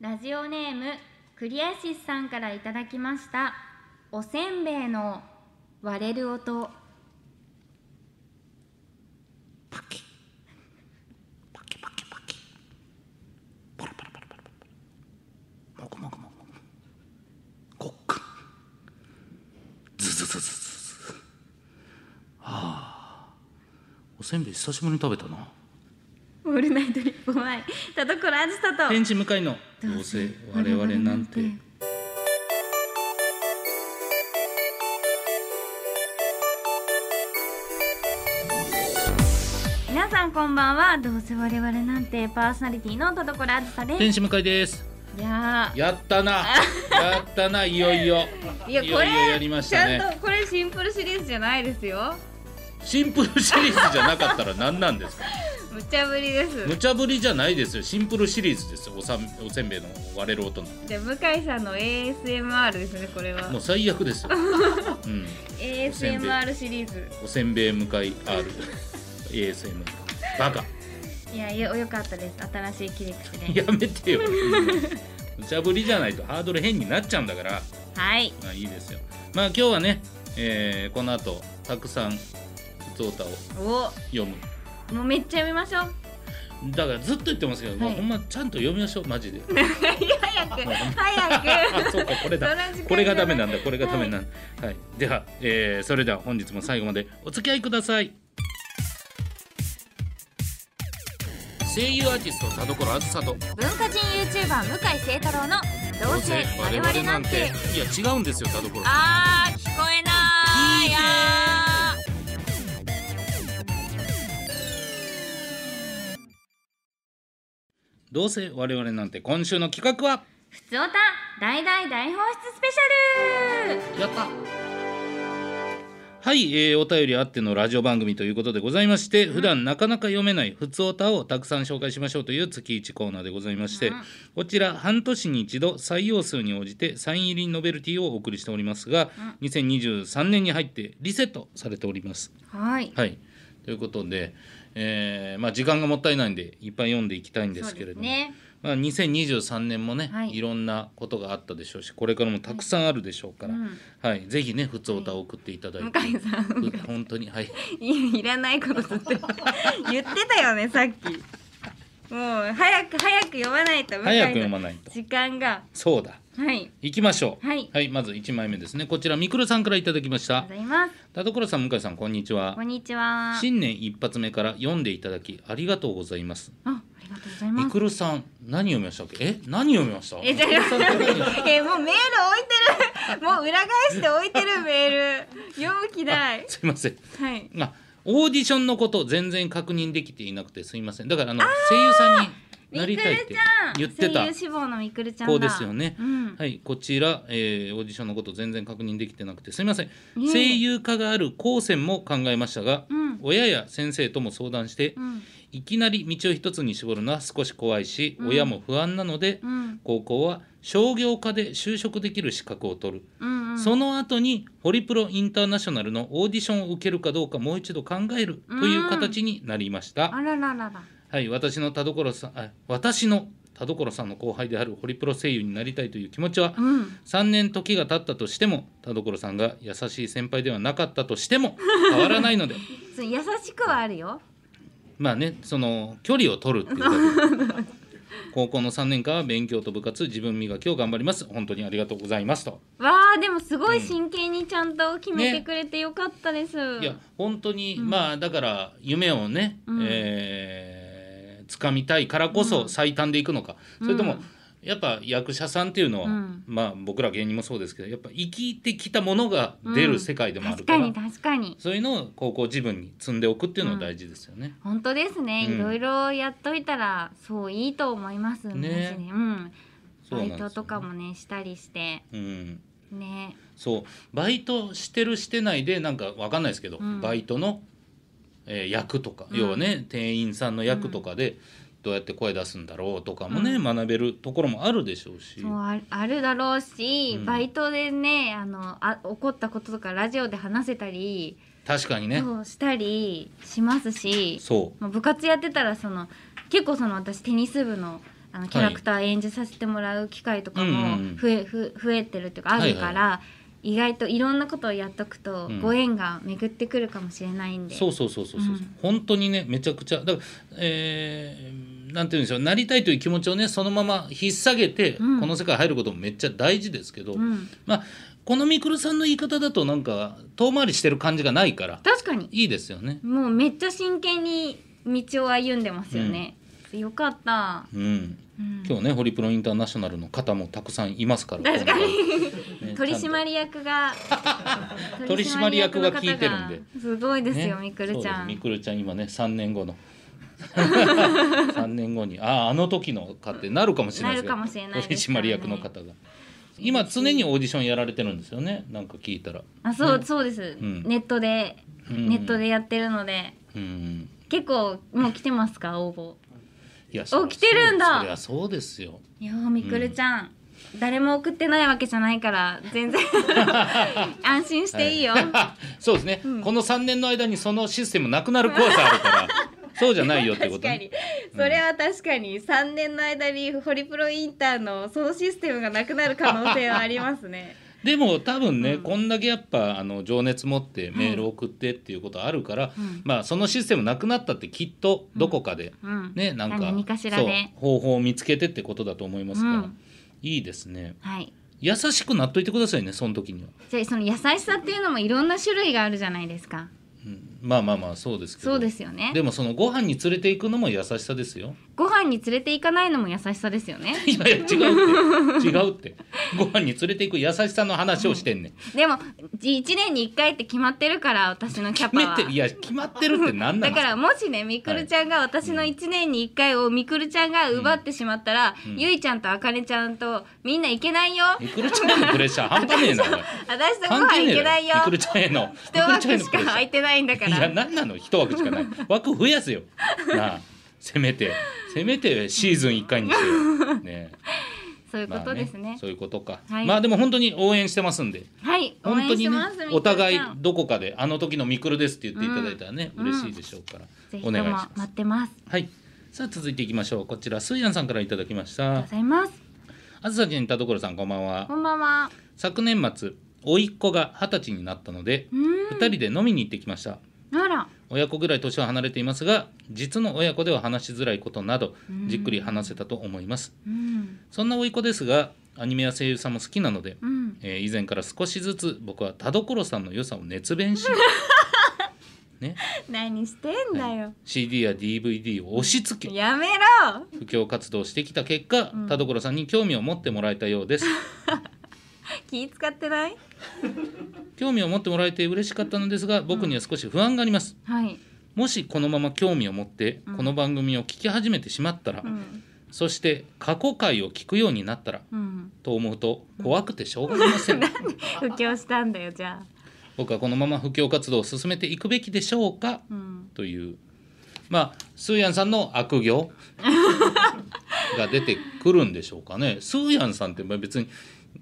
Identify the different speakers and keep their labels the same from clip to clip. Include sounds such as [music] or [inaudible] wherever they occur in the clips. Speaker 1: ラジオネームクリアシスさんからいただきましたおせんべいの割れる音
Speaker 2: パキパキパキパキパラパラパラパラパラもくもくもくもくごっくんズズズズズズああおせんべい久しぶりに食べたな
Speaker 1: オールナイトリップ前田所あずさと
Speaker 2: 天地向かいのどうせ我々なんて
Speaker 1: 皆さんこんばんはどうせ我々なんてパーソナリティの田所あずさで
Speaker 2: 天
Speaker 1: す
Speaker 2: 使向かいです
Speaker 1: いや
Speaker 2: やったなやったないよいよ
Speaker 1: ーいやこれ
Speaker 2: いよいよやりまし
Speaker 1: ち
Speaker 2: た
Speaker 1: ゃ
Speaker 2: ね
Speaker 1: んとこれシンプルシリーズじゃないですよ
Speaker 2: シンプルシリーズじゃなかったら何なんですか
Speaker 1: 無茶ぶりです
Speaker 2: 無茶ぶりじゃないですよシンプルシリーズですよおさんおせんべいの割れる音の
Speaker 1: じゃあ向井さんの ASMR ですねこれは
Speaker 2: もう最悪 [laughs] ですよ、うん、せんべい
Speaker 1: ASMR シリーズ
Speaker 2: おせんべい向かい R ASM バカ
Speaker 1: いやいや良かったです新しい切り口で
Speaker 2: [laughs] やめてよ無茶ぶりじゃないとハードル変になっちゃうんだから
Speaker 1: はい
Speaker 2: まあいいですよまあ今日はね、えーこの後たくさんゾータを
Speaker 1: お
Speaker 2: 読む
Speaker 1: もうめっちゃ読みましょ [laughs] う
Speaker 2: だからずっと言ってますけど、もう
Speaker 1: はい
Speaker 2: ほんまちゃんと読みましょうマ
Speaker 1: [laughs]
Speaker 2: ジで
Speaker 1: 早く早
Speaker 2: あ
Speaker 1: く
Speaker 2: そうかこれだ
Speaker 1: その時間
Speaker 2: これがダメなんだこれがダメなんだ、はい、では、えーそれでは本日も最後までお付き合いください声優アーティスト田所あずさと
Speaker 1: 文化人 YouTuber 向井聖太郎の「どうせ我々なんて
Speaker 2: いや違うんですよ田所」
Speaker 1: あー聞こえない
Speaker 2: いいね
Speaker 1: あー
Speaker 2: どうせ我々なんて今週の企画は
Speaker 1: ふつおた大大大放出スペシャル
Speaker 2: やったはい、えーお便りあってのラジオ番組ということでございまして、普段なかなか読めない普通オタをたくさん紹介しましょうという月1コーナーでございまして、
Speaker 1: うん
Speaker 2: こちら半年に一度採用数に応じてサイン入りノベルティをお送りしておりますが、2023年に入ってリセットされております。
Speaker 1: はい
Speaker 2: はい、ということで、えーまあ、時間がもったいないんでいっぱい読んでいきたいんですけれども、
Speaker 1: ね
Speaker 2: まあ、2023年もね、
Speaker 1: はい
Speaker 2: い、ろんなことがあったでしょうしこれからもたくさんあるでしょうから、
Speaker 1: うん
Speaker 2: はい、ぜひね普通歌を送っていただいて、
Speaker 1: 向井さん
Speaker 2: ふ本当にはい
Speaker 1: いいらないこと [laughs] ずっと言ってたよねさっきもう早く早く読まないと向井さん
Speaker 2: 早く読まないと
Speaker 1: 時間が
Speaker 2: そうだ
Speaker 1: はい
Speaker 2: 行きましょう
Speaker 1: はい
Speaker 2: まず1枚目ですねこちらみくるさんからいただきまし
Speaker 1: あ
Speaker 2: た
Speaker 1: りがとうございます
Speaker 2: 田所さん向井さんこんにちは
Speaker 1: こんにちは
Speaker 2: 新年一発目から読んでいただきありがとうございます
Speaker 1: あありがとうござい
Speaker 2: み
Speaker 1: ます
Speaker 2: くるさん何読みましたっけえ何読みました
Speaker 1: えじゃあえもうメール置いてるもう裏返して置いてるメール読む気ない
Speaker 2: [laughs] すいません
Speaker 1: はい
Speaker 2: あオーディションのこと全然確認できていなくてすいませんだからあの声優さんにな
Speaker 1: み
Speaker 2: り
Speaker 1: く
Speaker 2: たい
Speaker 1: る
Speaker 2: って
Speaker 1: ちゃん
Speaker 2: 言ってた
Speaker 1: 声優志望のみくるちゃんだ
Speaker 2: 子ですよね
Speaker 1: うん、
Speaker 2: はいこちら、えーオーディションのこと全然確認できてなくてすいません
Speaker 1: いえいえ
Speaker 2: 声優科がある高専も考えましたが、
Speaker 1: うん
Speaker 2: 親や先生とも相談して、
Speaker 1: うん
Speaker 2: いきなり道を一つに絞るのは少し怖いし、
Speaker 1: うん
Speaker 2: 親も不安なので、
Speaker 1: うん
Speaker 2: 高校は商業科で就職できる資格を取る、
Speaker 1: うんうん
Speaker 2: その後にホリプロインターナショナルのオーディションを受けるかどうかもう一度考えるという形になりました、
Speaker 1: あらららら
Speaker 2: はい、私の田所さんあ私の田所さんの後輩であるホリプロ声優になりたいという気持ちは
Speaker 1: うん
Speaker 2: 3年時が経ったとしても田所さんが優しい先輩ではなかったとしても変わらないので [laughs]
Speaker 1: そう優しくはあるよ
Speaker 2: まあねその距離を取るっていうこ
Speaker 1: [laughs]
Speaker 2: とで高校の3年間は勉強と部活自分磨きを頑張ります本当にありがとうございますと、
Speaker 1: わあでもすごい真剣にちゃんと決めてくれてよかったです、
Speaker 2: いや本当に、
Speaker 1: うん
Speaker 2: まあだから夢をね、
Speaker 1: うん
Speaker 2: えー掴みたいからこ
Speaker 1: う
Speaker 2: そ
Speaker 1: ん
Speaker 2: 最短でいくのか、それと
Speaker 1: う
Speaker 2: も、
Speaker 1: ん
Speaker 2: やっぱ役者さんっていうのは、
Speaker 1: うん
Speaker 2: まあ僕ら芸人もそうですけどやっぱ生きてきたものが出る世界でもある
Speaker 1: 確
Speaker 2: か、
Speaker 1: からに確かに
Speaker 2: そういうのを高校自分に積んでおくっていうのは大事ですよね。
Speaker 1: 本当ですね、
Speaker 2: うん
Speaker 1: いろいろやっといたらそういいと思いますマジでうん
Speaker 2: そう
Speaker 1: バ
Speaker 2: なん
Speaker 1: イ
Speaker 2: ですよ
Speaker 1: トとかもねしたりして
Speaker 2: うん
Speaker 1: ね
Speaker 2: そうバイトしてるしてないでなんかわかんないですけど、
Speaker 1: うん
Speaker 2: バイトの、えー役とか、
Speaker 1: うん
Speaker 2: 要はね店員さんの役とかでどうやって声出すんだろうとかもね、
Speaker 1: うん
Speaker 2: 学べるところもあるでしょうし。
Speaker 1: そうああるだろうし、
Speaker 2: うん
Speaker 1: バイトでねあのあ起こったこととかラジオで話せたり、
Speaker 2: 確かにね
Speaker 1: そうしたりしますし
Speaker 2: そう
Speaker 1: まあ部活やってたらその結構その私テニス部のあのキャラクター演じさせてもらう機会とか
Speaker 2: う
Speaker 1: も
Speaker 2: んうんうん
Speaker 1: 増えふ増えてるっていうかあるから、意外といろんなことをやっとくと
Speaker 2: うん
Speaker 1: ご縁が巡ってくるかもしれないんで、
Speaker 2: そうそうそうそうそう、
Speaker 1: うん
Speaker 2: 本当にねめちゃくちゃだから、えーなんて言うんでしょうなりたいという気持ちをねそのまま引っ提げて、
Speaker 1: うん
Speaker 2: この世界入ることもめっちゃ大事ですけど、
Speaker 1: うん、
Speaker 2: まあこのみくるさんの言い方だとなんか遠回りしてる感じがないから
Speaker 1: 確かに
Speaker 2: いいですよね。
Speaker 1: もうめっちゃ真剣に道を歩んでますよね、よかった、
Speaker 2: うん、
Speaker 1: うん、
Speaker 2: 今日ねホリプロインターナショナルの方もたくさんいますから
Speaker 1: 確かに
Speaker 2: ね
Speaker 1: 取締役が
Speaker 2: 取締役が聞いてるんで
Speaker 1: ですごいですよ、
Speaker 2: ね
Speaker 1: みくるちゃ
Speaker 2: そうですみ
Speaker 1: ん
Speaker 2: くるちゃん今ね3
Speaker 1: [laughs]
Speaker 2: 年後の3年後にあああの時のかってなるかもしれないですけど
Speaker 1: なるかもしれないですか
Speaker 2: 取
Speaker 1: ら
Speaker 2: 締
Speaker 1: ね
Speaker 2: 役の方が今常にオーディションやられてるんですよねなんか聞いたら、
Speaker 1: あそう、そうです、
Speaker 2: ん
Speaker 1: ネットで
Speaker 2: うん
Speaker 1: ネットでやってるので、
Speaker 2: うん、
Speaker 1: 結構もう来てますか応募
Speaker 2: いやそう
Speaker 1: 来てるんだ
Speaker 2: そうそりゃそうですよ
Speaker 1: いやーみくるちゃん、誰も送ってないわけじゃないから全
Speaker 2: [laughs]
Speaker 1: 然安心していいよ、
Speaker 2: そうですね、この3年の間にそのシステムなくなる怖さあるからそうじゃないよってこ
Speaker 1: 確
Speaker 2: と
Speaker 1: か
Speaker 2: ね、
Speaker 1: に、それは確かに3年の間にホリプロインターのそのシステムがなくなる可能性はあります
Speaker 2: [laughs]
Speaker 1: ね
Speaker 2: でも多分ね、こんだけやっぱあの情熱持ってメール送ってっていうことあるから、まあそのシステムなくなったってきっとどこかで、
Speaker 1: うん
Speaker 2: ねなんか
Speaker 1: 何かしらで
Speaker 2: そう方法を見つけてってことだと思いますから、
Speaker 1: うん
Speaker 2: いいですね
Speaker 1: はい
Speaker 2: 優しくなっといてくださいねその時には、
Speaker 1: じゃあその優しさっていうのもいろんな種類があるじゃないですか
Speaker 2: うん、まあまあまあそうですけど
Speaker 1: そうですよね
Speaker 2: でもそのご飯に連れていくのも優しさですよ [laughs]
Speaker 1: ご飯に連れて行かないのも優しさですよね
Speaker 2: いやいや違うって違うってご飯に連れていく優しさの話をしてんねん、
Speaker 1: でも1年に1回って決まってるから私のキャパ
Speaker 2: め
Speaker 1: は
Speaker 2: っていや決まってるって何な
Speaker 1: だ
Speaker 2: の
Speaker 1: からもしねみくるちゃんが私の1年に1回をみくるちゃんが奪ってしまったら、ゆいちゃんとあかねちゃんとみんないけないよ
Speaker 2: みくるちゃんのプレッシャー半端ねえなおい
Speaker 1: 私とご
Speaker 2: 関係
Speaker 1: 飯い
Speaker 2: ねえ
Speaker 1: けないよ
Speaker 2: みくるちゃんへの
Speaker 1: [laughs] 一枠しか空
Speaker 2: 入
Speaker 1: いてないんだか
Speaker 2: いや
Speaker 1: ら
Speaker 2: 何なの一枠しかない枠増やせよ
Speaker 1: [laughs]
Speaker 2: なあせめてせめてシーズン1回にしてよねえ
Speaker 1: そういうことですね,、
Speaker 2: そういうことか、
Speaker 1: はい
Speaker 2: まあでも本当に応援してますんで
Speaker 1: はい応
Speaker 2: 本
Speaker 1: 援
Speaker 2: 当
Speaker 1: し
Speaker 2: にね
Speaker 1: ます、みくるちゃん
Speaker 2: お互いどこかであの時のみくるですって言っていただいたらね、
Speaker 1: うん
Speaker 2: 嬉しいでしょうから、
Speaker 1: ぜひ
Speaker 2: お
Speaker 1: と
Speaker 2: 願
Speaker 1: も
Speaker 2: いし
Speaker 1: 待
Speaker 2: ます
Speaker 1: ってます
Speaker 2: はいさあ続いていきましょうこちらすいやんさんからいただきまし
Speaker 1: ありがとうご
Speaker 2: た
Speaker 1: ざいます
Speaker 2: あずさちん田所さんこんばんは
Speaker 1: こんばんは
Speaker 2: 昨年末甥っ子が二十歳になったので
Speaker 1: うー
Speaker 2: 二人で飲みに行ってきました
Speaker 1: んあら
Speaker 2: 親子ぐらい年は離れていますが実の親子では話しづらいことなど
Speaker 1: うん
Speaker 2: じっくり話せたと思います
Speaker 1: うん
Speaker 2: そんな甥いっ子ですがアニメや声優さんも好きなので、
Speaker 1: うん
Speaker 2: えー以前から少しずつ僕は田所さんの良さを熱
Speaker 1: [laughs]
Speaker 2: 弁し、ね、
Speaker 1: 何してんだよ、
Speaker 2: CD や DVD を押し付け
Speaker 1: やめろ
Speaker 2: 布教活動をしてきた結果、田所さんに興味を持ってもらえたようです
Speaker 1: [laughs] 気使ってない
Speaker 2: 興味を持ってもらえて嬉しかったのですが僕には少し不安があります
Speaker 1: はい、
Speaker 2: もしこのまま興味を持ってこの番組を聞き始めてしまったら、
Speaker 1: うん
Speaker 2: そして過去回を聞くようになったら
Speaker 1: うん、
Speaker 2: と思うと怖くてしょうがあり
Speaker 1: [laughs]
Speaker 2: ません
Speaker 1: 布教したんだよじゃあ、
Speaker 2: 僕はこのまま布教活動を進めていくべきでしょうか
Speaker 1: うん、
Speaker 2: というまあスーヤンさんの悪行が出てくるんでしょうかねスーヤンさんってまあ別に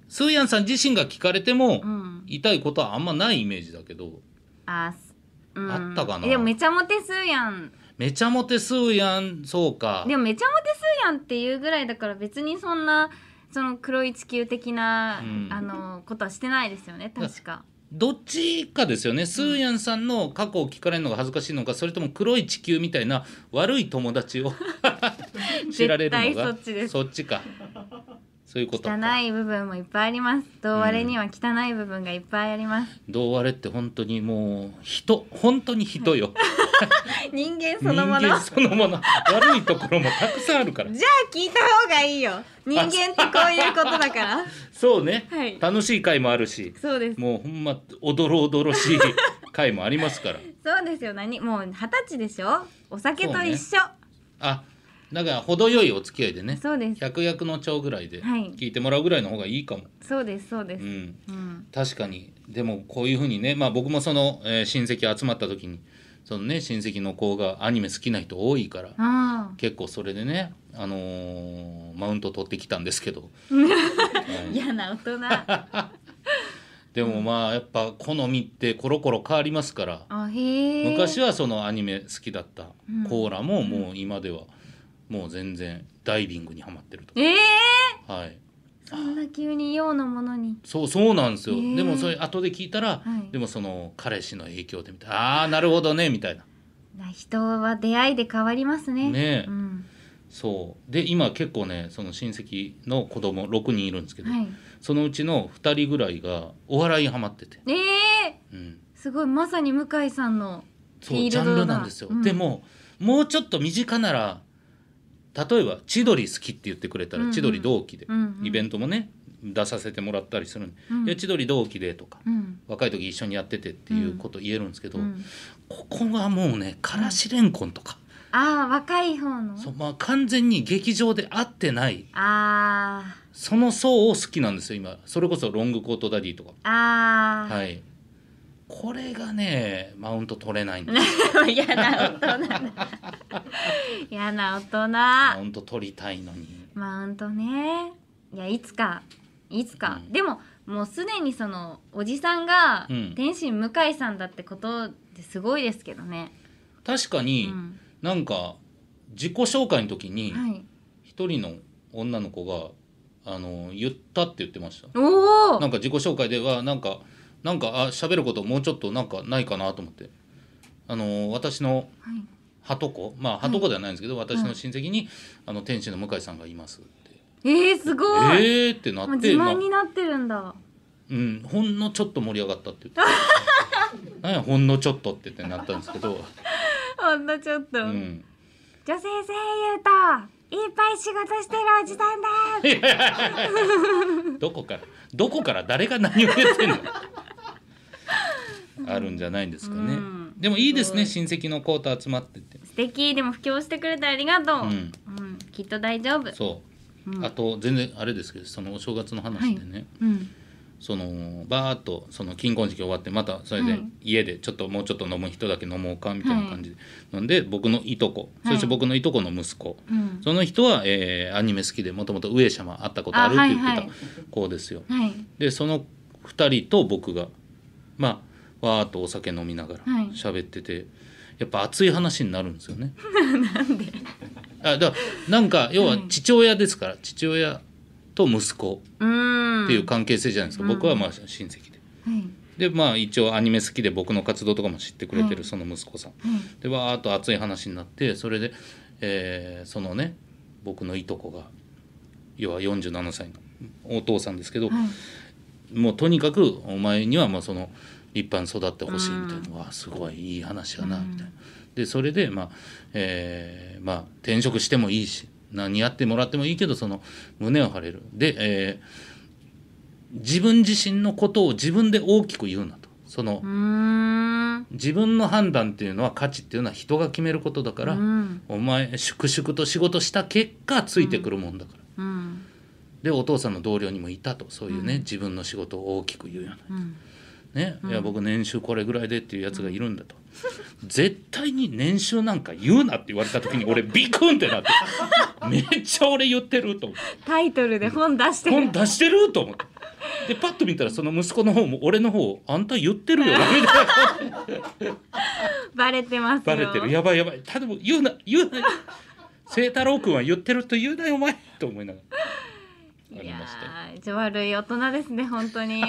Speaker 2: スーヤンさん自身が聞かれても
Speaker 1: うん
Speaker 2: 痛いことはあんまないイメージだけど
Speaker 1: あ、すうん、
Speaker 2: あったかな
Speaker 1: でもめちゃモテすうやん
Speaker 2: めちゃモテスーヤンそうか
Speaker 1: でもめちゃモテすうやんっていうぐらいだから別にそんなその黒い地球的な、
Speaker 2: うん
Speaker 1: あのことはしてないですよね確か
Speaker 2: どっちかですよねスーヤンさんの過去を聞かれるのが恥ずかしいのかそれとも黒い地球みたいな悪い友達
Speaker 1: [laughs]
Speaker 2: を知られるの
Speaker 1: 絶対
Speaker 2: が
Speaker 1: そっちです
Speaker 2: かそういうこと
Speaker 1: 汚
Speaker 2: か
Speaker 1: い部分もいっぱいあります同割れには汚い部分がいっぱいあります、
Speaker 2: どうあれって本当にもう人本当に人よ
Speaker 1: 人間 [laughs] そのもの
Speaker 2: 人
Speaker 1: じゃ
Speaker 2: 間
Speaker 1: あ
Speaker 2: そのもの悪いところもたくさんあるから
Speaker 1: 聞いた方がいいよ人間ってこういうことだから
Speaker 2: そうね、
Speaker 1: はい
Speaker 2: 楽しい回もあるし
Speaker 1: そうです
Speaker 2: もうほんまおどろおどろしい
Speaker 1: [laughs]
Speaker 2: 回もありますから
Speaker 1: そうですよ何もう二十歳でしょお酒と一緒
Speaker 2: あだから程よいお付き合いでね
Speaker 1: そう,、です
Speaker 2: 百薬の長ぐらいで
Speaker 1: はい
Speaker 2: 聞いてもらうぐらいの方がいいかも、
Speaker 1: そうですそうで
Speaker 2: う
Speaker 1: す、
Speaker 2: ん
Speaker 1: うん
Speaker 2: 確かにでもこういうふうにね、まあ、僕もその、えー親戚集まった時にそのね親戚の子がアニメ好きな人多いから
Speaker 1: あ
Speaker 2: 結構それでね、あのーマウント取ってきたんですけど、
Speaker 1: あ
Speaker 2: はい
Speaker 1: 嫌な大人
Speaker 2: [laughs]
Speaker 1: あ
Speaker 2: でもまあやっぱ好みってコロコロ変わりますから
Speaker 1: へえ
Speaker 2: 昔
Speaker 1: は
Speaker 2: はそのアニメ好きだった
Speaker 1: うん
Speaker 2: コーラももう今ではもう全然ダイビングにはまってると
Speaker 1: ええ
Speaker 2: かはい
Speaker 1: そんな急にようなものに
Speaker 2: そうそうなんですよ、
Speaker 1: へえ
Speaker 2: でもそれ後で聞いたら、
Speaker 1: はい
Speaker 2: でもその彼氏の影響でみたいなああなるほどねみたいな
Speaker 1: な人は出会いで変わりますね
Speaker 2: ねえ
Speaker 1: うん、
Speaker 2: そうで今結構ねその親戚の子供6人いるんですけど、
Speaker 1: はい
Speaker 2: そのうちの2人ぐらいがお笑いにハマってて、
Speaker 1: ええ
Speaker 2: うん、
Speaker 1: すごいまさに向井さんの
Speaker 2: そ
Speaker 1: フィ
Speaker 2: う
Speaker 1: ー
Speaker 2: ジャ
Speaker 1: ルド
Speaker 2: ン
Speaker 1: が
Speaker 2: ルなんですよ、
Speaker 1: うん
Speaker 2: でももうちょっと身近なら例えば千鳥好きって言ってくれた
Speaker 1: うんう
Speaker 2: ら
Speaker 1: ん
Speaker 2: 千鳥同期で、
Speaker 1: うんうん
Speaker 2: イベントもね出させてもらったりするんで、
Speaker 1: うん
Speaker 2: いや千鳥同期でとか
Speaker 1: うん
Speaker 2: 若い時一緒にやっててっていうこと言えるんですけど、
Speaker 1: うん
Speaker 2: ここがもうねからしれんこんとか、
Speaker 1: ああ若い方の
Speaker 2: そうまあ、完全に劇場で会ってない
Speaker 1: あ
Speaker 2: その層を好きなんですよ今それこそロングコートダディとか
Speaker 1: あああ、
Speaker 2: はいこれがねマウント取れないんですよ
Speaker 1: [laughs] 嫌な大人だ嫌な
Speaker 2: マ
Speaker 1: 大人
Speaker 2: ウント取りたいのに
Speaker 1: マウントねいやいつかいつか、
Speaker 2: うん
Speaker 1: でももうすでにそのおじさんが
Speaker 2: うん
Speaker 1: 天心向井さんだってことってすごいですけどね、
Speaker 2: 確か
Speaker 1: う
Speaker 2: に、
Speaker 1: ん、
Speaker 2: なんか自己紹介の時に
Speaker 1: はい
Speaker 2: 一人の女の子があの言ったって言ってました
Speaker 1: おお
Speaker 2: なんか自己紹介ではなんかなんかあ喋ることもうちょっとなんかないかなと思ってあの私の
Speaker 1: はい
Speaker 2: はとこまあはとこではないんですけど、私の親戚に、あの天使の向井さんがいますって
Speaker 1: えー、すごい、
Speaker 2: えーってな
Speaker 1: もう
Speaker 2: っ
Speaker 1: 自
Speaker 2: てまあ
Speaker 1: 慢になってるんだ、
Speaker 2: うん、ほんのちょっと盛り上がったって
Speaker 1: [laughs]
Speaker 2: 言ってなんやほんのちょっとってってなったんですけど、
Speaker 1: ほんのちょっと、
Speaker 2: うん、
Speaker 1: 女性声優といっぱい仕事してるおじさんだ
Speaker 2: どこからどこから誰が何を言って
Speaker 1: [laughs]
Speaker 2: んのあるんじゃないんですかね、
Speaker 1: うん
Speaker 2: でもいいですね
Speaker 1: す
Speaker 2: 親戚の子と集まってて、
Speaker 1: 素敵でも布教してくれてありがとう、う
Speaker 2: うんん
Speaker 1: きっと大丈夫
Speaker 2: そう、
Speaker 1: うん
Speaker 2: あと全然あれですけどそのお正月の話でね、
Speaker 1: うん
Speaker 2: そのバーっとその金婚式終わってまたそれ
Speaker 1: は
Speaker 2: で
Speaker 1: い
Speaker 2: 家でちょっともうちょっと飲む人だけ飲もうかみたいな感じで、飲んで僕のいとこそして僕のいとこの息子、
Speaker 1: うん
Speaker 2: その人は、えーアニメ好きでもともと上様会ったことあるって言
Speaker 1: あはいはい
Speaker 2: ってた子ですよ。
Speaker 1: はい
Speaker 2: でその2人と僕がまあわーっとお酒飲みながら
Speaker 1: はい
Speaker 2: 喋ってて、やっぱ熱い話になるんですよね。なんであだからなんか要は父親ですから、父親と息子
Speaker 1: うーん
Speaker 2: っていう関係性じゃないですか、僕はまあ親戚で。
Speaker 1: はい
Speaker 2: でまあ一応アニメ好きで僕の活動とかも知ってくれて
Speaker 1: はい
Speaker 2: るその息子さん、
Speaker 1: はい
Speaker 2: でわーっと熱い話になってそれで、えーそのね僕のいとこが要は47歳のお父さんですけど、
Speaker 1: はい
Speaker 2: もうとにかくお前にはまあその立派に育ってほしいみたいな、わあすごいいい話やなみたいな。でそれで、まあえーまあ、転職してもいいし何やってもらってもいいけどその胸を張れる。で、えー自分自身のことを自分で大きく言うなと。その
Speaker 1: うーん
Speaker 2: 自分の判断っていうのは価値っていうのは人が決めることだから、
Speaker 1: うん
Speaker 2: お前粛々と仕事した結果ついてくるもんだから、
Speaker 1: うん
Speaker 2: でお父さんの同僚にもいたとそういうね、
Speaker 1: うん
Speaker 2: 自分の仕事を大きく言うよう
Speaker 1: うん
Speaker 2: なね、いや僕年収これぐらいでっていうやつがいるんだと、絶対に年収なんか言うなって言われた時に俺ビクンってなってめっちゃ俺言ってると思って
Speaker 1: タイトルで本出してる
Speaker 2: 本出してると思ってでパッと見たらその息子の方も俺の方あんた言ってるよなみたいな。
Speaker 1: バレてますよ
Speaker 2: バレてるやばいやばいただもう言うな言うな清太郎君は言ってると言うなよお前と思いながらあ
Speaker 1: い
Speaker 2: り
Speaker 1: や
Speaker 2: ましたよ
Speaker 1: ーじゃあ悪い大人ですね本当に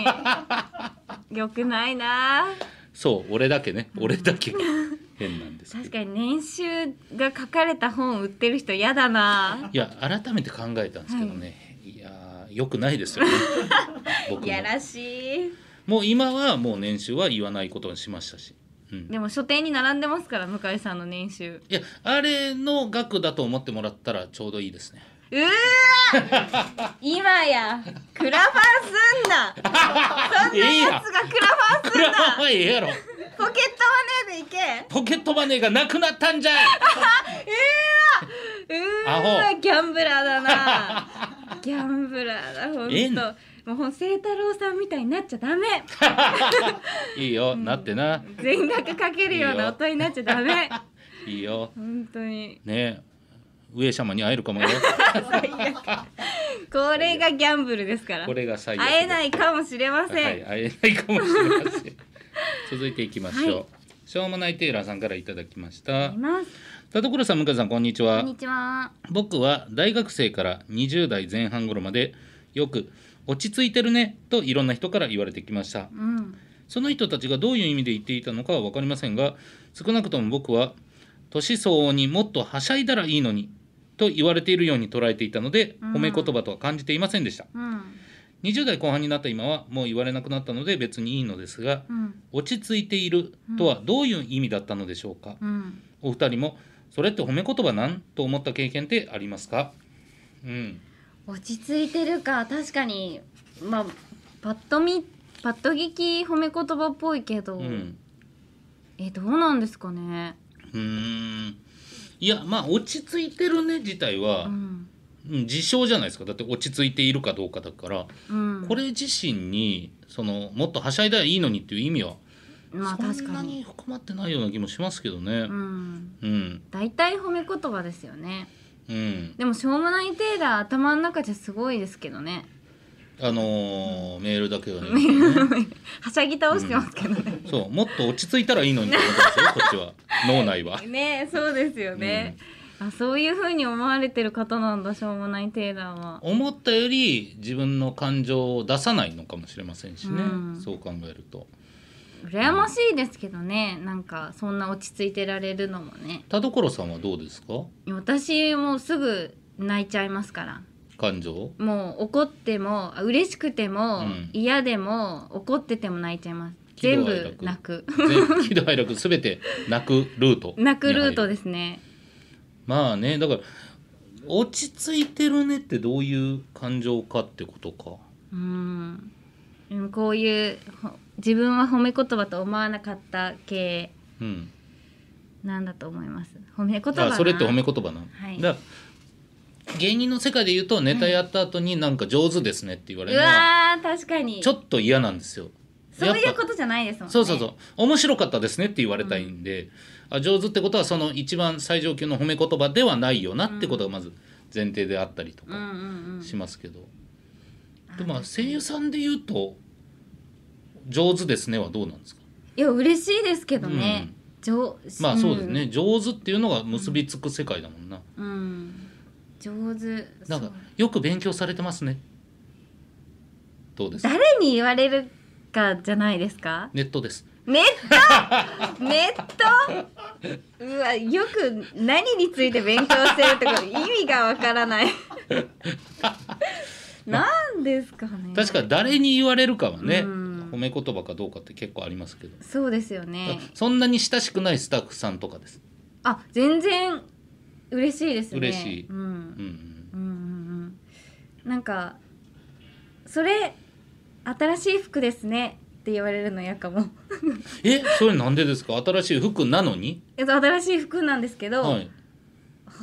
Speaker 1: 良くないな
Speaker 2: そう俺だけね俺だけ変なんですけ
Speaker 1: 確
Speaker 2: ど
Speaker 1: かに年収が書かれた本売ってる人嫌だない
Speaker 2: や改めて考えたんですけどね、い、やーよくないです
Speaker 1: [laughs]
Speaker 2: よね僕
Speaker 1: い
Speaker 2: も
Speaker 1: やらしい
Speaker 2: もう今はもう年収は言わないことにしましたし、うん、
Speaker 1: でも書店に並んでますから向井さんの年収
Speaker 2: いやあれの額だと思ってもらったらちょうどいいですね
Speaker 1: うーわ今やクラファンすんなそんなやつがクラファン
Speaker 2: こ
Speaker 1: す
Speaker 2: れ
Speaker 1: ん
Speaker 2: は
Speaker 1: な
Speaker 2: もうええやろ
Speaker 1: ポケットマネーでいけ
Speaker 2: ポケットマネーがなくなったんじゃいうア
Speaker 1: ーわギャンブラーだ
Speaker 2: [laughs]
Speaker 1: なギャンブラーだほ
Speaker 2: ええ
Speaker 1: ん
Speaker 2: の
Speaker 1: ともうほん清太郎さんみたいになっちゃダメ
Speaker 2: いいよ、なってな
Speaker 1: 全額かけるような音になっちゃダメ
Speaker 2: いいよ
Speaker 1: 本当に
Speaker 2: ねえ上様に会える
Speaker 1: [laughs]
Speaker 2: かもよ
Speaker 1: これがギャンブルですから
Speaker 2: これが最悪
Speaker 1: 会えないいかもしれません、
Speaker 2: はい、会えないかもしれ
Speaker 1: [laughs]
Speaker 2: ません続いていきましょう、
Speaker 1: は
Speaker 2: しょうもないテイラーさんからいただきました
Speaker 1: います
Speaker 2: 田所さん向井さんこんにち
Speaker 1: こ
Speaker 2: は
Speaker 1: んにちは
Speaker 2: 僕は大学生から20代前半頃までよく「落ち着いてるね」といろんな人から言われてきました
Speaker 1: うん
Speaker 2: その人たちがどういう意味で言っていたのかは分かりませんが少なくとも僕は年相応にもっとはしゃいだらいいのにと言われているように捉えていたので
Speaker 1: うん
Speaker 2: 褒め言葉とは感じていませんでした、
Speaker 1: うん
Speaker 2: 20代後半になった今はもう言われなくなったので別にいいのですが
Speaker 1: うん
Speaker 2: 落ち着いているとはどういう意味だったのでしょうか、
Speaker 1: うん
Speaker 2: お二人もそれって褒め言葉なんと思った経験ってありますかうん
Speaker 1: 落ち着いてるか確かにまあパッと見パッと聞き褒め言葉っぽいけど、
Speaker 2: うん
Speaker 1: えどうなんですかね
Speaker 2: うーんいやまあ落ち着いてるね自体
Speaker 1: う
Speaker 2: は、
Speaker 1: ん
Speaker 2: うん、事象じゃないですかだって落ち着いているかどうかだから、
Speaker 1: うん
Speaker 2: これ自身にそのもっとはしゃいだらいいのにっていう意味は
Speaker 1: まあ
Speaker 2: そ
Speaker 1: 確
Speaker 2: ん
Speaker 1: か
Speaker 2: な
Speaker 1: に
Speaker 2: に含まってないような気もしますけどね
Speaker 1: う。ん
Speaker 2: うん、
Speaker 1: 大体褒め言葉ですよね
Speaker 2: うん、
Speaker 1: でもしょうもない程度は頭の中じゃすごいですけどね
Speaker 2: あのーメールだけはね
Speaker 1: [laughs] はしゃぎ倒してますけどね、
Speaker 2: そうもっと落ち着いたらいいのにって思ってますよこっちは脳内
Speaker 1: [laughs]
Speaker 2: は。
Speaker 1: ねそうですよね、あそういう風に思われてる方なんだしょうもないテーラーは
Speaker 2: 思ったより自分の感情を出さないのかもしれませんしね、
Speaker 1: うん
Speaker 2: そう考えると。
Speaker 1: 羨ましいですけどねなんかそんな落ち着いてられるのもね
Speaker 2: 田所さんはどうですか
Speaker 1: 私もうすぐ泣いちゃいますから
Speaker 2: 感情 [laughs]
Speaker 1: もう怒ってもあ嬉しくても、
Speaker 2: うん
Speaker 1: 嫌でも怒ってても泣いちゃいます
Speaker 2: 喜
Speaker 1: 全
Speaker 2: 怒
Speaker 1: 部
Speaker 2: 哀楽
Speaker 1: 泣く [laughs]
Speaker 2: 全喜怒哀楽すべて泣くルート
Speaker 1: 泣くルート
Speaker 2: で
Speaker 1: ですね
Speaker 2: まあねだから落ち着いてるねってどういう感情かってことか
Speaker 1: うんうんこういうほ自分は褒め言葉と思わなかった系
Speaker 2: うん
Speaker 1: なんだと思います褒め言葉
Speaker 2: あ
Speaker 1: な
Speaker 2: それって褒め言葉なの、
Speaker 1: はい
Speaker 2: だから芸人の世界で言うとネタやった後になんか上手ですねって言われ
Speaker 1: う
Speaker 2: るのは
Speaker 1: わー確かに
Speaker 2: ちょっと嫌なんですよ
Speaker 1: そうい
Speaker 2: や
Speaker 1: う
Speaker 2: っぱ
Speaker 1: ことじゃないですもんね
Speaker 2: そうそうそう面白かったですねって言われたいんで、あ上手ってことはその一番最上級の褒め言葉ではないよなってことがまず前提であったりと
Speaker 1: うんう
Speaker 2: か
Speaker 1: んうん
Speaker 2: しますけど、でまあ声優さんで言うと上手ですねはどうなんですか
Speaker 1: いや嬉しいですけどね、上
Speaker 2: まあそうですね、上手っていうのが結びつく世界だもんな、
Speaker 1: うん、うん上手
Speaker 2: なんか
Speaker 1: そう
Speaker 2: よく勉強されてますねどうですか
Speaker 1: 誰に言われるかじゃないですか
Speaker 2: ネットです
Speaker 1: ネットネットうわよく何について勉強してるってこと意味がわからないなんですかね
Speaker 2: 確か誰に言われるかはね、
Speaker 1: うん
Speaker 2: 褒め言葉かどうかって結構ありますけど、
Speaker 1: そうですよね
Speaker 2: そんなに親しくないスタッフさんとかです、
Speaker 1: あ全然嬉しいですね
Speaker 2: 嬉しい
Speaker 1: うん
Speaker 2: うん
Speaker 1: う
Speaker 2: うん、
Speaker 1: んうんうんなんかそれ新しい服ですねって言われるの嫌かも
Speaker 2: えそれなんでですか新しい服なのに、
Speaker 1: えっと新しい服なんですけど
Speaker 2: はい、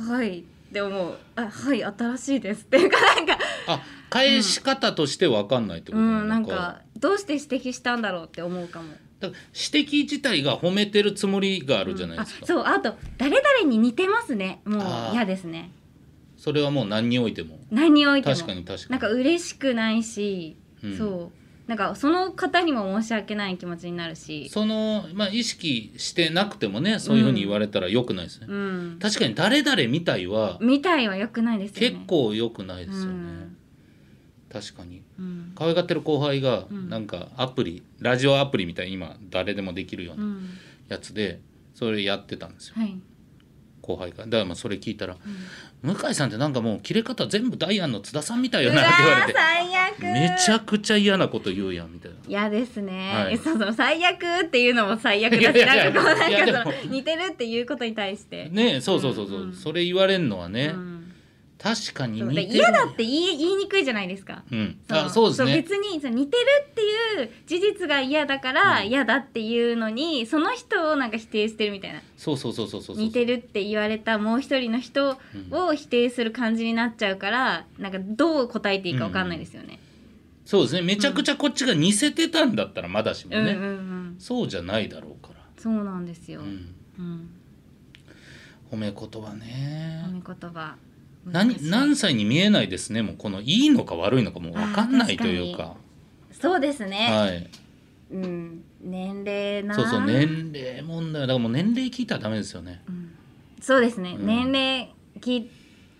Speaker 1: はいでももうあはい新しいですっていうかなんか
Speaker 2: あ返し方として分かんないってこ
Speaker 1: う
Speaker 2: と
Speaker 1: んなん
Speaker 2: の
Speaker 1: かどうして指摘したんだろうって思うかも
Speaker 2: だから指摘自体が褒めてるつもりがあるじゃないですか、
Speaker 1: あそうあと誰々に似てますねもう
Speaker 2: あー
Speaker 1: 嫌ですね
Speaker 2: それはもう何においても
Speaker 1: 何においても
Speaker 2: 確かに確かに
Speaker 1: なんか嬉しくないし、
Speaker 2: うん
Speaker 1: そうなんかその方にも申し訳ない気持ちになるし
Speaker 2: その、まあ、意識してなくてもねそういうふうに言われたらよくないですね、
Speaker 1: うん
Speaker 2: 確かに誰々みたいは
Speaker 1: みたいは良くないですよね
Speaker 2: 結構よくないですよ
Speaker 1: う
Speaker 2: ね、
Speaker 1: ん
Speaker 2: 確かに
Speaker 1: うん
Speaker 2: 可愛がってる後輩が
Speaker 1: うん
Speaker 2: なんかアプリ、ラジオアプリみたいに今誰でもできるよう
Speaker 1: う
Speaker 2: なんやつでそれやってたんですよ
Speaker 1: はい
Speaker 2: 後輩がだからまあそれ聞いたら「向井さんってなんかもう切れ方全部ダイアンの津田さんみたいよな」って言われて
Speaker 1: 最悪
Speaker 2: 「めちゃくちゃ嫌なこと言うやん」みたいな。
Speaker 1: 嫌ですね、
Speaker 2: はい
Speaker 1: えそうそう最悪っていうのも最悪だし
Speaker 2: いやいやい
Speaker 1: な
Speaker 2: や
Speaker 1: んかこうなん
Speaker 2: いやで
Speaker 1: か
Speaker 2: も
Speaker 1: その似てるっていうことに対して、
Speaker 2: ねえそうそうそうそう、
Speaker 1: うん
Speaker 2: それ言われんのはね、
Speaker 1: うん
Speaker 2: 確かに
Speaker 1: そう
Speaker 2: 似
Speaker 1: で
Speaker 2: てる
Speaker 1: 嫌だって言い言いにくいじゃないですか
Speaker 2: うん、
Speaker 1: の
Speaker 2: あそうですね
Speaker 1: 別にその似てるっていう事実が嫌だから
Speaker 2: うん
Speaker 1: 嫌だっていうのに、その人をなんか否定してるみたいな
Speaker 2: そうそうそうそうそうそう
Speaker 1: 似てるって言われたもう一人の人を否定する感じになっちゃうからなんかどう答えていいかわかんないですよね。
Speaker 2: そうですねめちゃくちゃこっちが似せてたんだったらまだしも
Speaker 1: うんう
Speaker 2: ね、
Speaker 1: んうん、
Speaker 2: そうじゃないだろうから、
Speaker 1: そうなんですよ。
Speaker 2: う
Speaker 1: うん、
Speaker 2: ん、褒め言葉ね
Speaker 1: 褒め言葉。難し
Speaker 2: 何
Speaker 1: い
Speaker 2: 何歳に見えないですねもうこのいいのか悪いのかもう分かんないというか
Speaker 1: そうですね。
Speaker 2: はい
Speaker 1: うん、年齢な。
Speaker 2: そうそう。年齢問題だからもう年齢聞いたらダメですよね
Speaker 1: うん、そうですね、
Speaker 2: うん
Speaker 1: 年齢き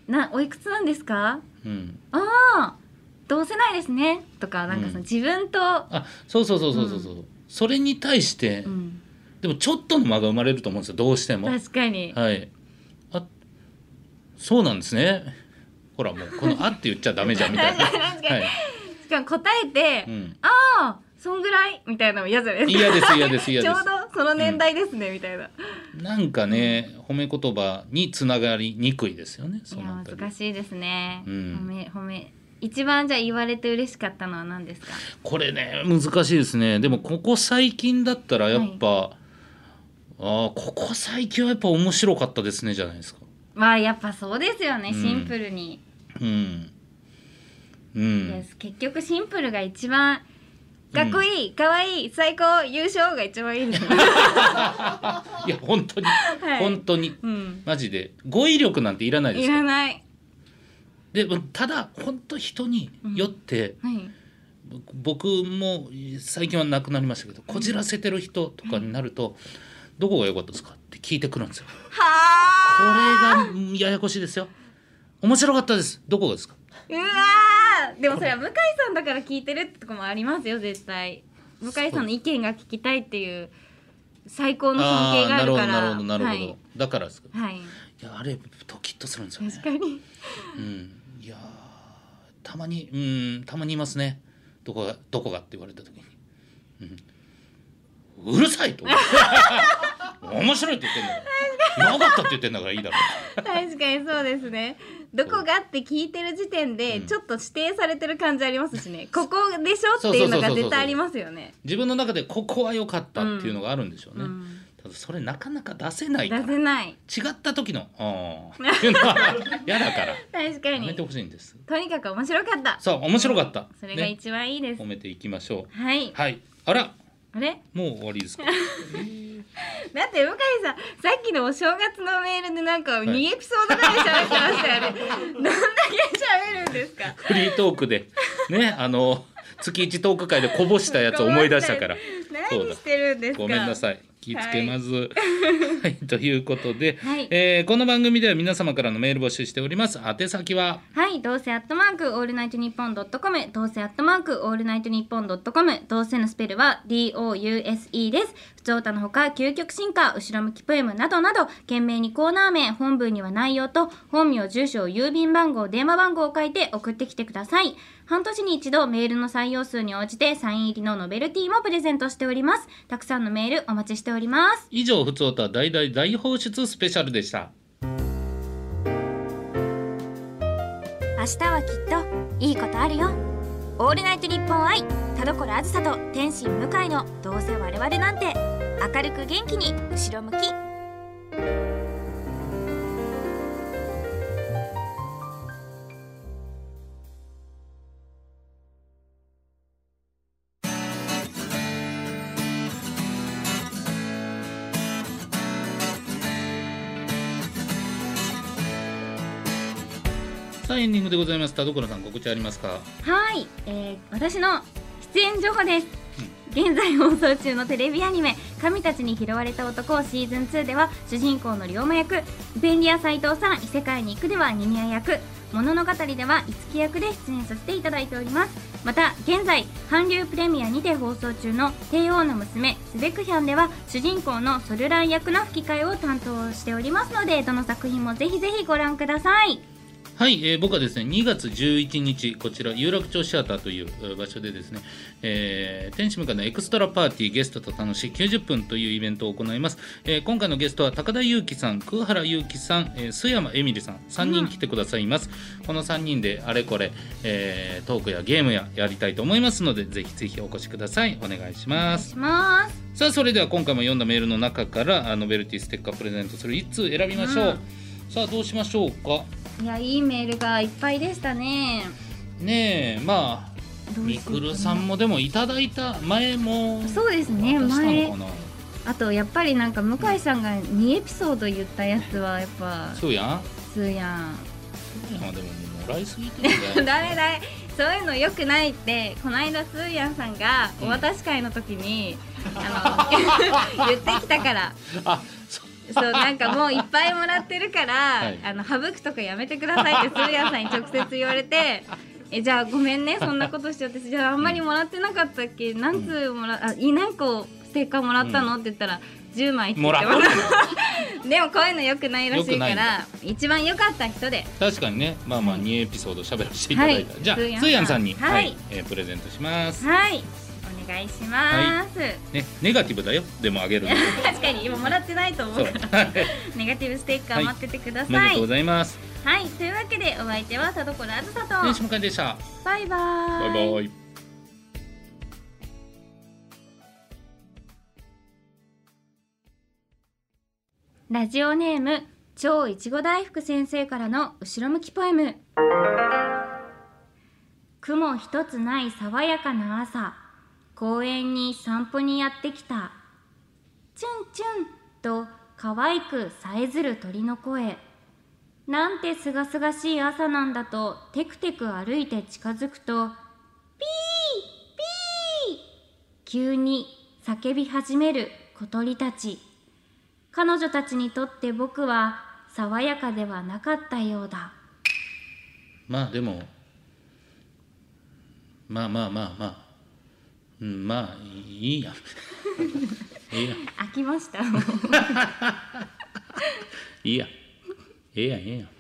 Speaker 1: なおいくつなんですか
Speaker 2: うん、
Speaker 1: ああどうせないですねとかなんかその、
Speaker 2: うん
Speaker 1: 自分と、
Speaker 2: あそうそうそうそうそうそう、それに対して、
Speaker 1: うん、
Speaker 2: でもちょっとの間が生まれると思うんですよどうしても
Speaker 1: 確かに、
Speaker 2: はいあそうなんですねほらもうこの「あ」って言っちゃダメじゃんみたいな
Speaker 1: [laughs] 確か
Speaker 2: は
Speaker 1: に
Speaker 2: い、
Speaker 1: しかも答えて、
Speaker 2: うん、
Speaker 1: ああそんぐらいみたいなの嫌じゃないですか
Speaker 2: 嫌です嫌です
Speaker 1: [laughs]
Speaker 2: 嫌
Speaker 1: ち
Speaker 2: で
Speaker 1: ょうどその年代ですね、みたいな
Speaker 2: すなんかね褒め言葉につながりにくいですよねそ
Speaker 1: いや
Speaker 2: のあたり
Speaker 1: 難しいですね、
Speaker 2: うん
Speaker 1: 褒め褒め一番じゃあ言われて嬉しかったのは何ですか
Speaker 2: これね難しいですねでもここ最近だったらやっぱ、あーここ最近はやっぱ面白かったですねじゃないですか
Speaker 1: まあやっぱそうですよね
Speaker 2: うん
Speaker 1: シンプルに、
Speaker 2: うんう
Speaker 1: いや
Speaker 2: ん
Speaker 1: 結局シンプルが一番かっこいい、かわいい最高優勝が一番いいですね、
Speaker 2: いや本当に、
Speaker 1: [laughs] はい
Speaker 2: 本当に
Speaker 1: うん、
Speaker 2: マジで語彙力なんていらないで
Speaker 1: い
Speaker 2: す
Speaker 1: ら
Speaker 2: よ
Speaker 1: ない、
Speaker 2: でもただ本当人によって、
Speaker 1: はい、
Speaker 2: 僕も最近はなくなりましたけどこじらせてる人とかになると、どこが良かったですかって聞いてくるんですよこ
Speaker 1: はあ
Speaker 2: れがややこしいですよ面白かったですどこがですか
Speaker 1: うわーでもそれは向井さんだから聞いてるってとこもありますよ絶対向井さんの意見が聞きたいっていう最高の尊敬があ
Speaker 2: なる
Speaker 1: る
Speaker 2: ほ
Speaker 1: か
Speaker 2: どな
Speaker 1: ら
Speaker 2: るほどなるほど、
Speaker 1: はい、
Speaker 2: だからですか
Speaker 1: はい、
Speaker 2: いやあれドキッとするんですよね
Speaker 1: 確かに
Speaker 2: うん、いやーたまにうんたまにいますねどこがどこがって言われた時に、うん、うるさいと思う [laughs] 面白いって言ってんだからなかったって言ってんだからいいだろ
Speaker 1: 確かにそうですねどこがって聞いてる時点で
Speaker 2: うん
Speaker 1: ちょっと指定されてる感じありますしね、ここでしょっていうのが絶対ありますよね
Speaker 2: 自分の中でここは良かったっていうのがあるんでしょうね、
Speaker 1: うん
Speaker 2: ただそれなかなか出せない
Speaker 1: 出
Speaker 2: から違
Speaker 1: せない
Speaker 2: った時の
Speaker 1: [laughs]
Speaker 2: 「ああ」っていうのは嫌だから
Speaker 1: 確か
Speaker 2: やめ
Speaker 1: に
Speaker 2: てほしいんです
Speaker 1: とにかく面白かった
Speaker 2: さあ面白かった、
Speaker 1: それが
Speaker 2: ね、
Speaker 1: 一番いいです、
Speaker 2: 褒めていきましょう
Speaker 1: はい
Speaker 2: はいあら
Speaker 1: あれ
Speaker 2: もう終わりですか
Speaker 1: だって向井さんさっきのお正月のメールでなんか2エピソードぐらい喋ってましたよね、
Speaker 2: [laughs]
Speaker 1: どんだけ喋るんですか
Speaker 2: フリートークでねあの月一トーク会でこぼした [laughs] やつを思い出したからそう
Speaker 1: 何
Speaker 2: だ
Speaker 1: してるんですか
Speaker 2: ごめんないさい気ぃつけます、 [laughs] はいということで、
Speaker 1: はい
Speaker 2: えーこの番組では皆様からのメール募集しております宛先は
Speaker 1: はい、どうせアットマークオールナイトニッポンドットコム、どうせアットマークオールナイトニッポンドットコム、どうせのスペルは D-O-U-S-E です。不調歌のほか、究極進化、後ろ向きポエムなどなど、懸命にコーナー名、本文には内容と、本名、住所、郵便番号、電話番号を書いて送ってきてください。半年に一度メールの採用数に応じてサイン入りのノベルティもプレゼントしております。たくさんのメールお待ちしております。
Speaker 2: 以上「ふつおた大大大放出スペシャル」でした
Speaker 1: 明日はきっといいことあるよオールナイトニッポン愛田所あずさと天心向井のどうせ我々なんて明るく元気に後ろ向き
Speaker 2: さあエンディングでございます田所さん告知ありますか
Speaker 1: はい、えー、私の出演情報です現在放送中のテレビアニメ「神たちに拾われた男」シーズン2では主人公の龍馬役便利屋斎藤さん「異世界に行く」ではニニア役物の語では五木役で出演させていただいておりますまた現在韓流プレミアにて放送中の「帝王の娘スベクヒャン」では主人公のソルラン役の吹き替えを担当しておりますのでどの作品もぜひぜひご覧ください
Speaker 2: はい、えー僕はですね2月11日こちら有楽町シアターというえー場所でですね、えー天使向かのエクストラパーティーゲストと楽しい90分というイベントを行います、えー今回のゲストは高田裕樹さん空原裕樹さん、えー須山恵美里さん3人来てくださいます、この3人であれこれ、えートークやゲームややりたいと思いますのでぜひぜひお越しくださいお願いし
Speaker 1: お願
Speaker 2: ま
Speaker 1: い
Speaker 2: す
Speaker 1: します
Speaker 2: さあそれでは今回も読んだメールの中からあノベルティステッカープレゼントする1通選びましょう、
Speaker 1: うん
Speaker 2: さあどうしましょうか
Speaker 1: いやいいメールがいっぱいでしたね
Speaker 2: ねえまあ
Speaker 1: どうし
Speaker 2: み
Speaker 1: ようかな
Speaker 2: くるさんもでもいただいた前も
Speaker 1: そうですね
Speaker 2: 渡したの
Speaker 1: 前
Speaker 2: かな
Speaker 1: あとやっぱりなんか向井さんが2エピソード言ったやつはやっぱ
Speaker 2: そうやん
Speaker 1: 普通や
Speaker 2: そうやんでももらいすぎてる [laughs]
Speaker 1: ん [laughs]
Speaker 2: ね
Speaker 1: ダメだそういうの良くないってこの間スーヤンさんが
Speaker 2: [laughs]
Speaker 1: [laughs] お渡し会の時に、あの言ってきたから
Speaker 2: あそ
Speaker 1: そうなんかもういっぱいもらってるから、
Speaker 2: はい
Speaker 1: あの省くとかやめてください
Speaker 2: [laughs]
Speaker 1: ってスーヤンさんに直接言われてえじゃあごめんねそんなことしちゃってじゃああんまりもらってなかったっけ何通もらあい何個ステッカーもらったの、って言ったら10枚って言って
Speaker 2: もらっ
Speaker 1: [laughs] でもこういうのよくないらし
Speaker 2: 良
Speaker 1: い
Speaker 2: くな
Speaker 1: か
Speaker 2: いんだ
Speaker 1: ら一番良かった人で
Speaker 2: 確かにねまあまあ
Speaker 1: うん
Speaker 2: 2エピソード喋らせていただいた、
Speaker 1: はい
Speaker 2: じゃあ
Speaker 1: ス
Speaker 2: ス
Speaker 1: ーヤンさん
Speaker 2: ーヤンさんに、
Speaker 1: はい
Speaker 2: えープレゼントします、
Speaker 1: はいお願いします、
Speaker 2: ねネガティブだよでもあげるの
Speaker 1: 確かに今もらってないと思
Speaker 2: そう
Speaker 1: [laughs]
Speaker 2: う
Speaker 1: から
Speaker 2: はい
Speaker 1: ネガティブステッカー待っててくだ
Speaker 2: おめで
Speaker 1: さ
Speaker 2: と
Speaker 1: いう
Speaker 2: ご、ざいます、
Speaker 1: はい、というわけでお相手は田所あずさと
Speaker 2: ねしもかんでした
Speaker 1: バイバ
Speaker 2: バイバイ
Speaker 1: ラジオネーム超いちご大福先生からの後ろ向きポエム雲一つない爽やかな朝公園に散歩にやってきたチュンチュンと可愛くさえずる鳥の声なんてすがすがしい朝なんだとテクテク歩いて近づくとピーピー急に叫び始める小鳥たち彼女たちにとって僕は爽やかではなかったようだ
Speaker 2: まあでもまあまあまあまあうんまあいいやいいや
Speaker 1: 飽きました
Speaker 2: いいやええやんええやん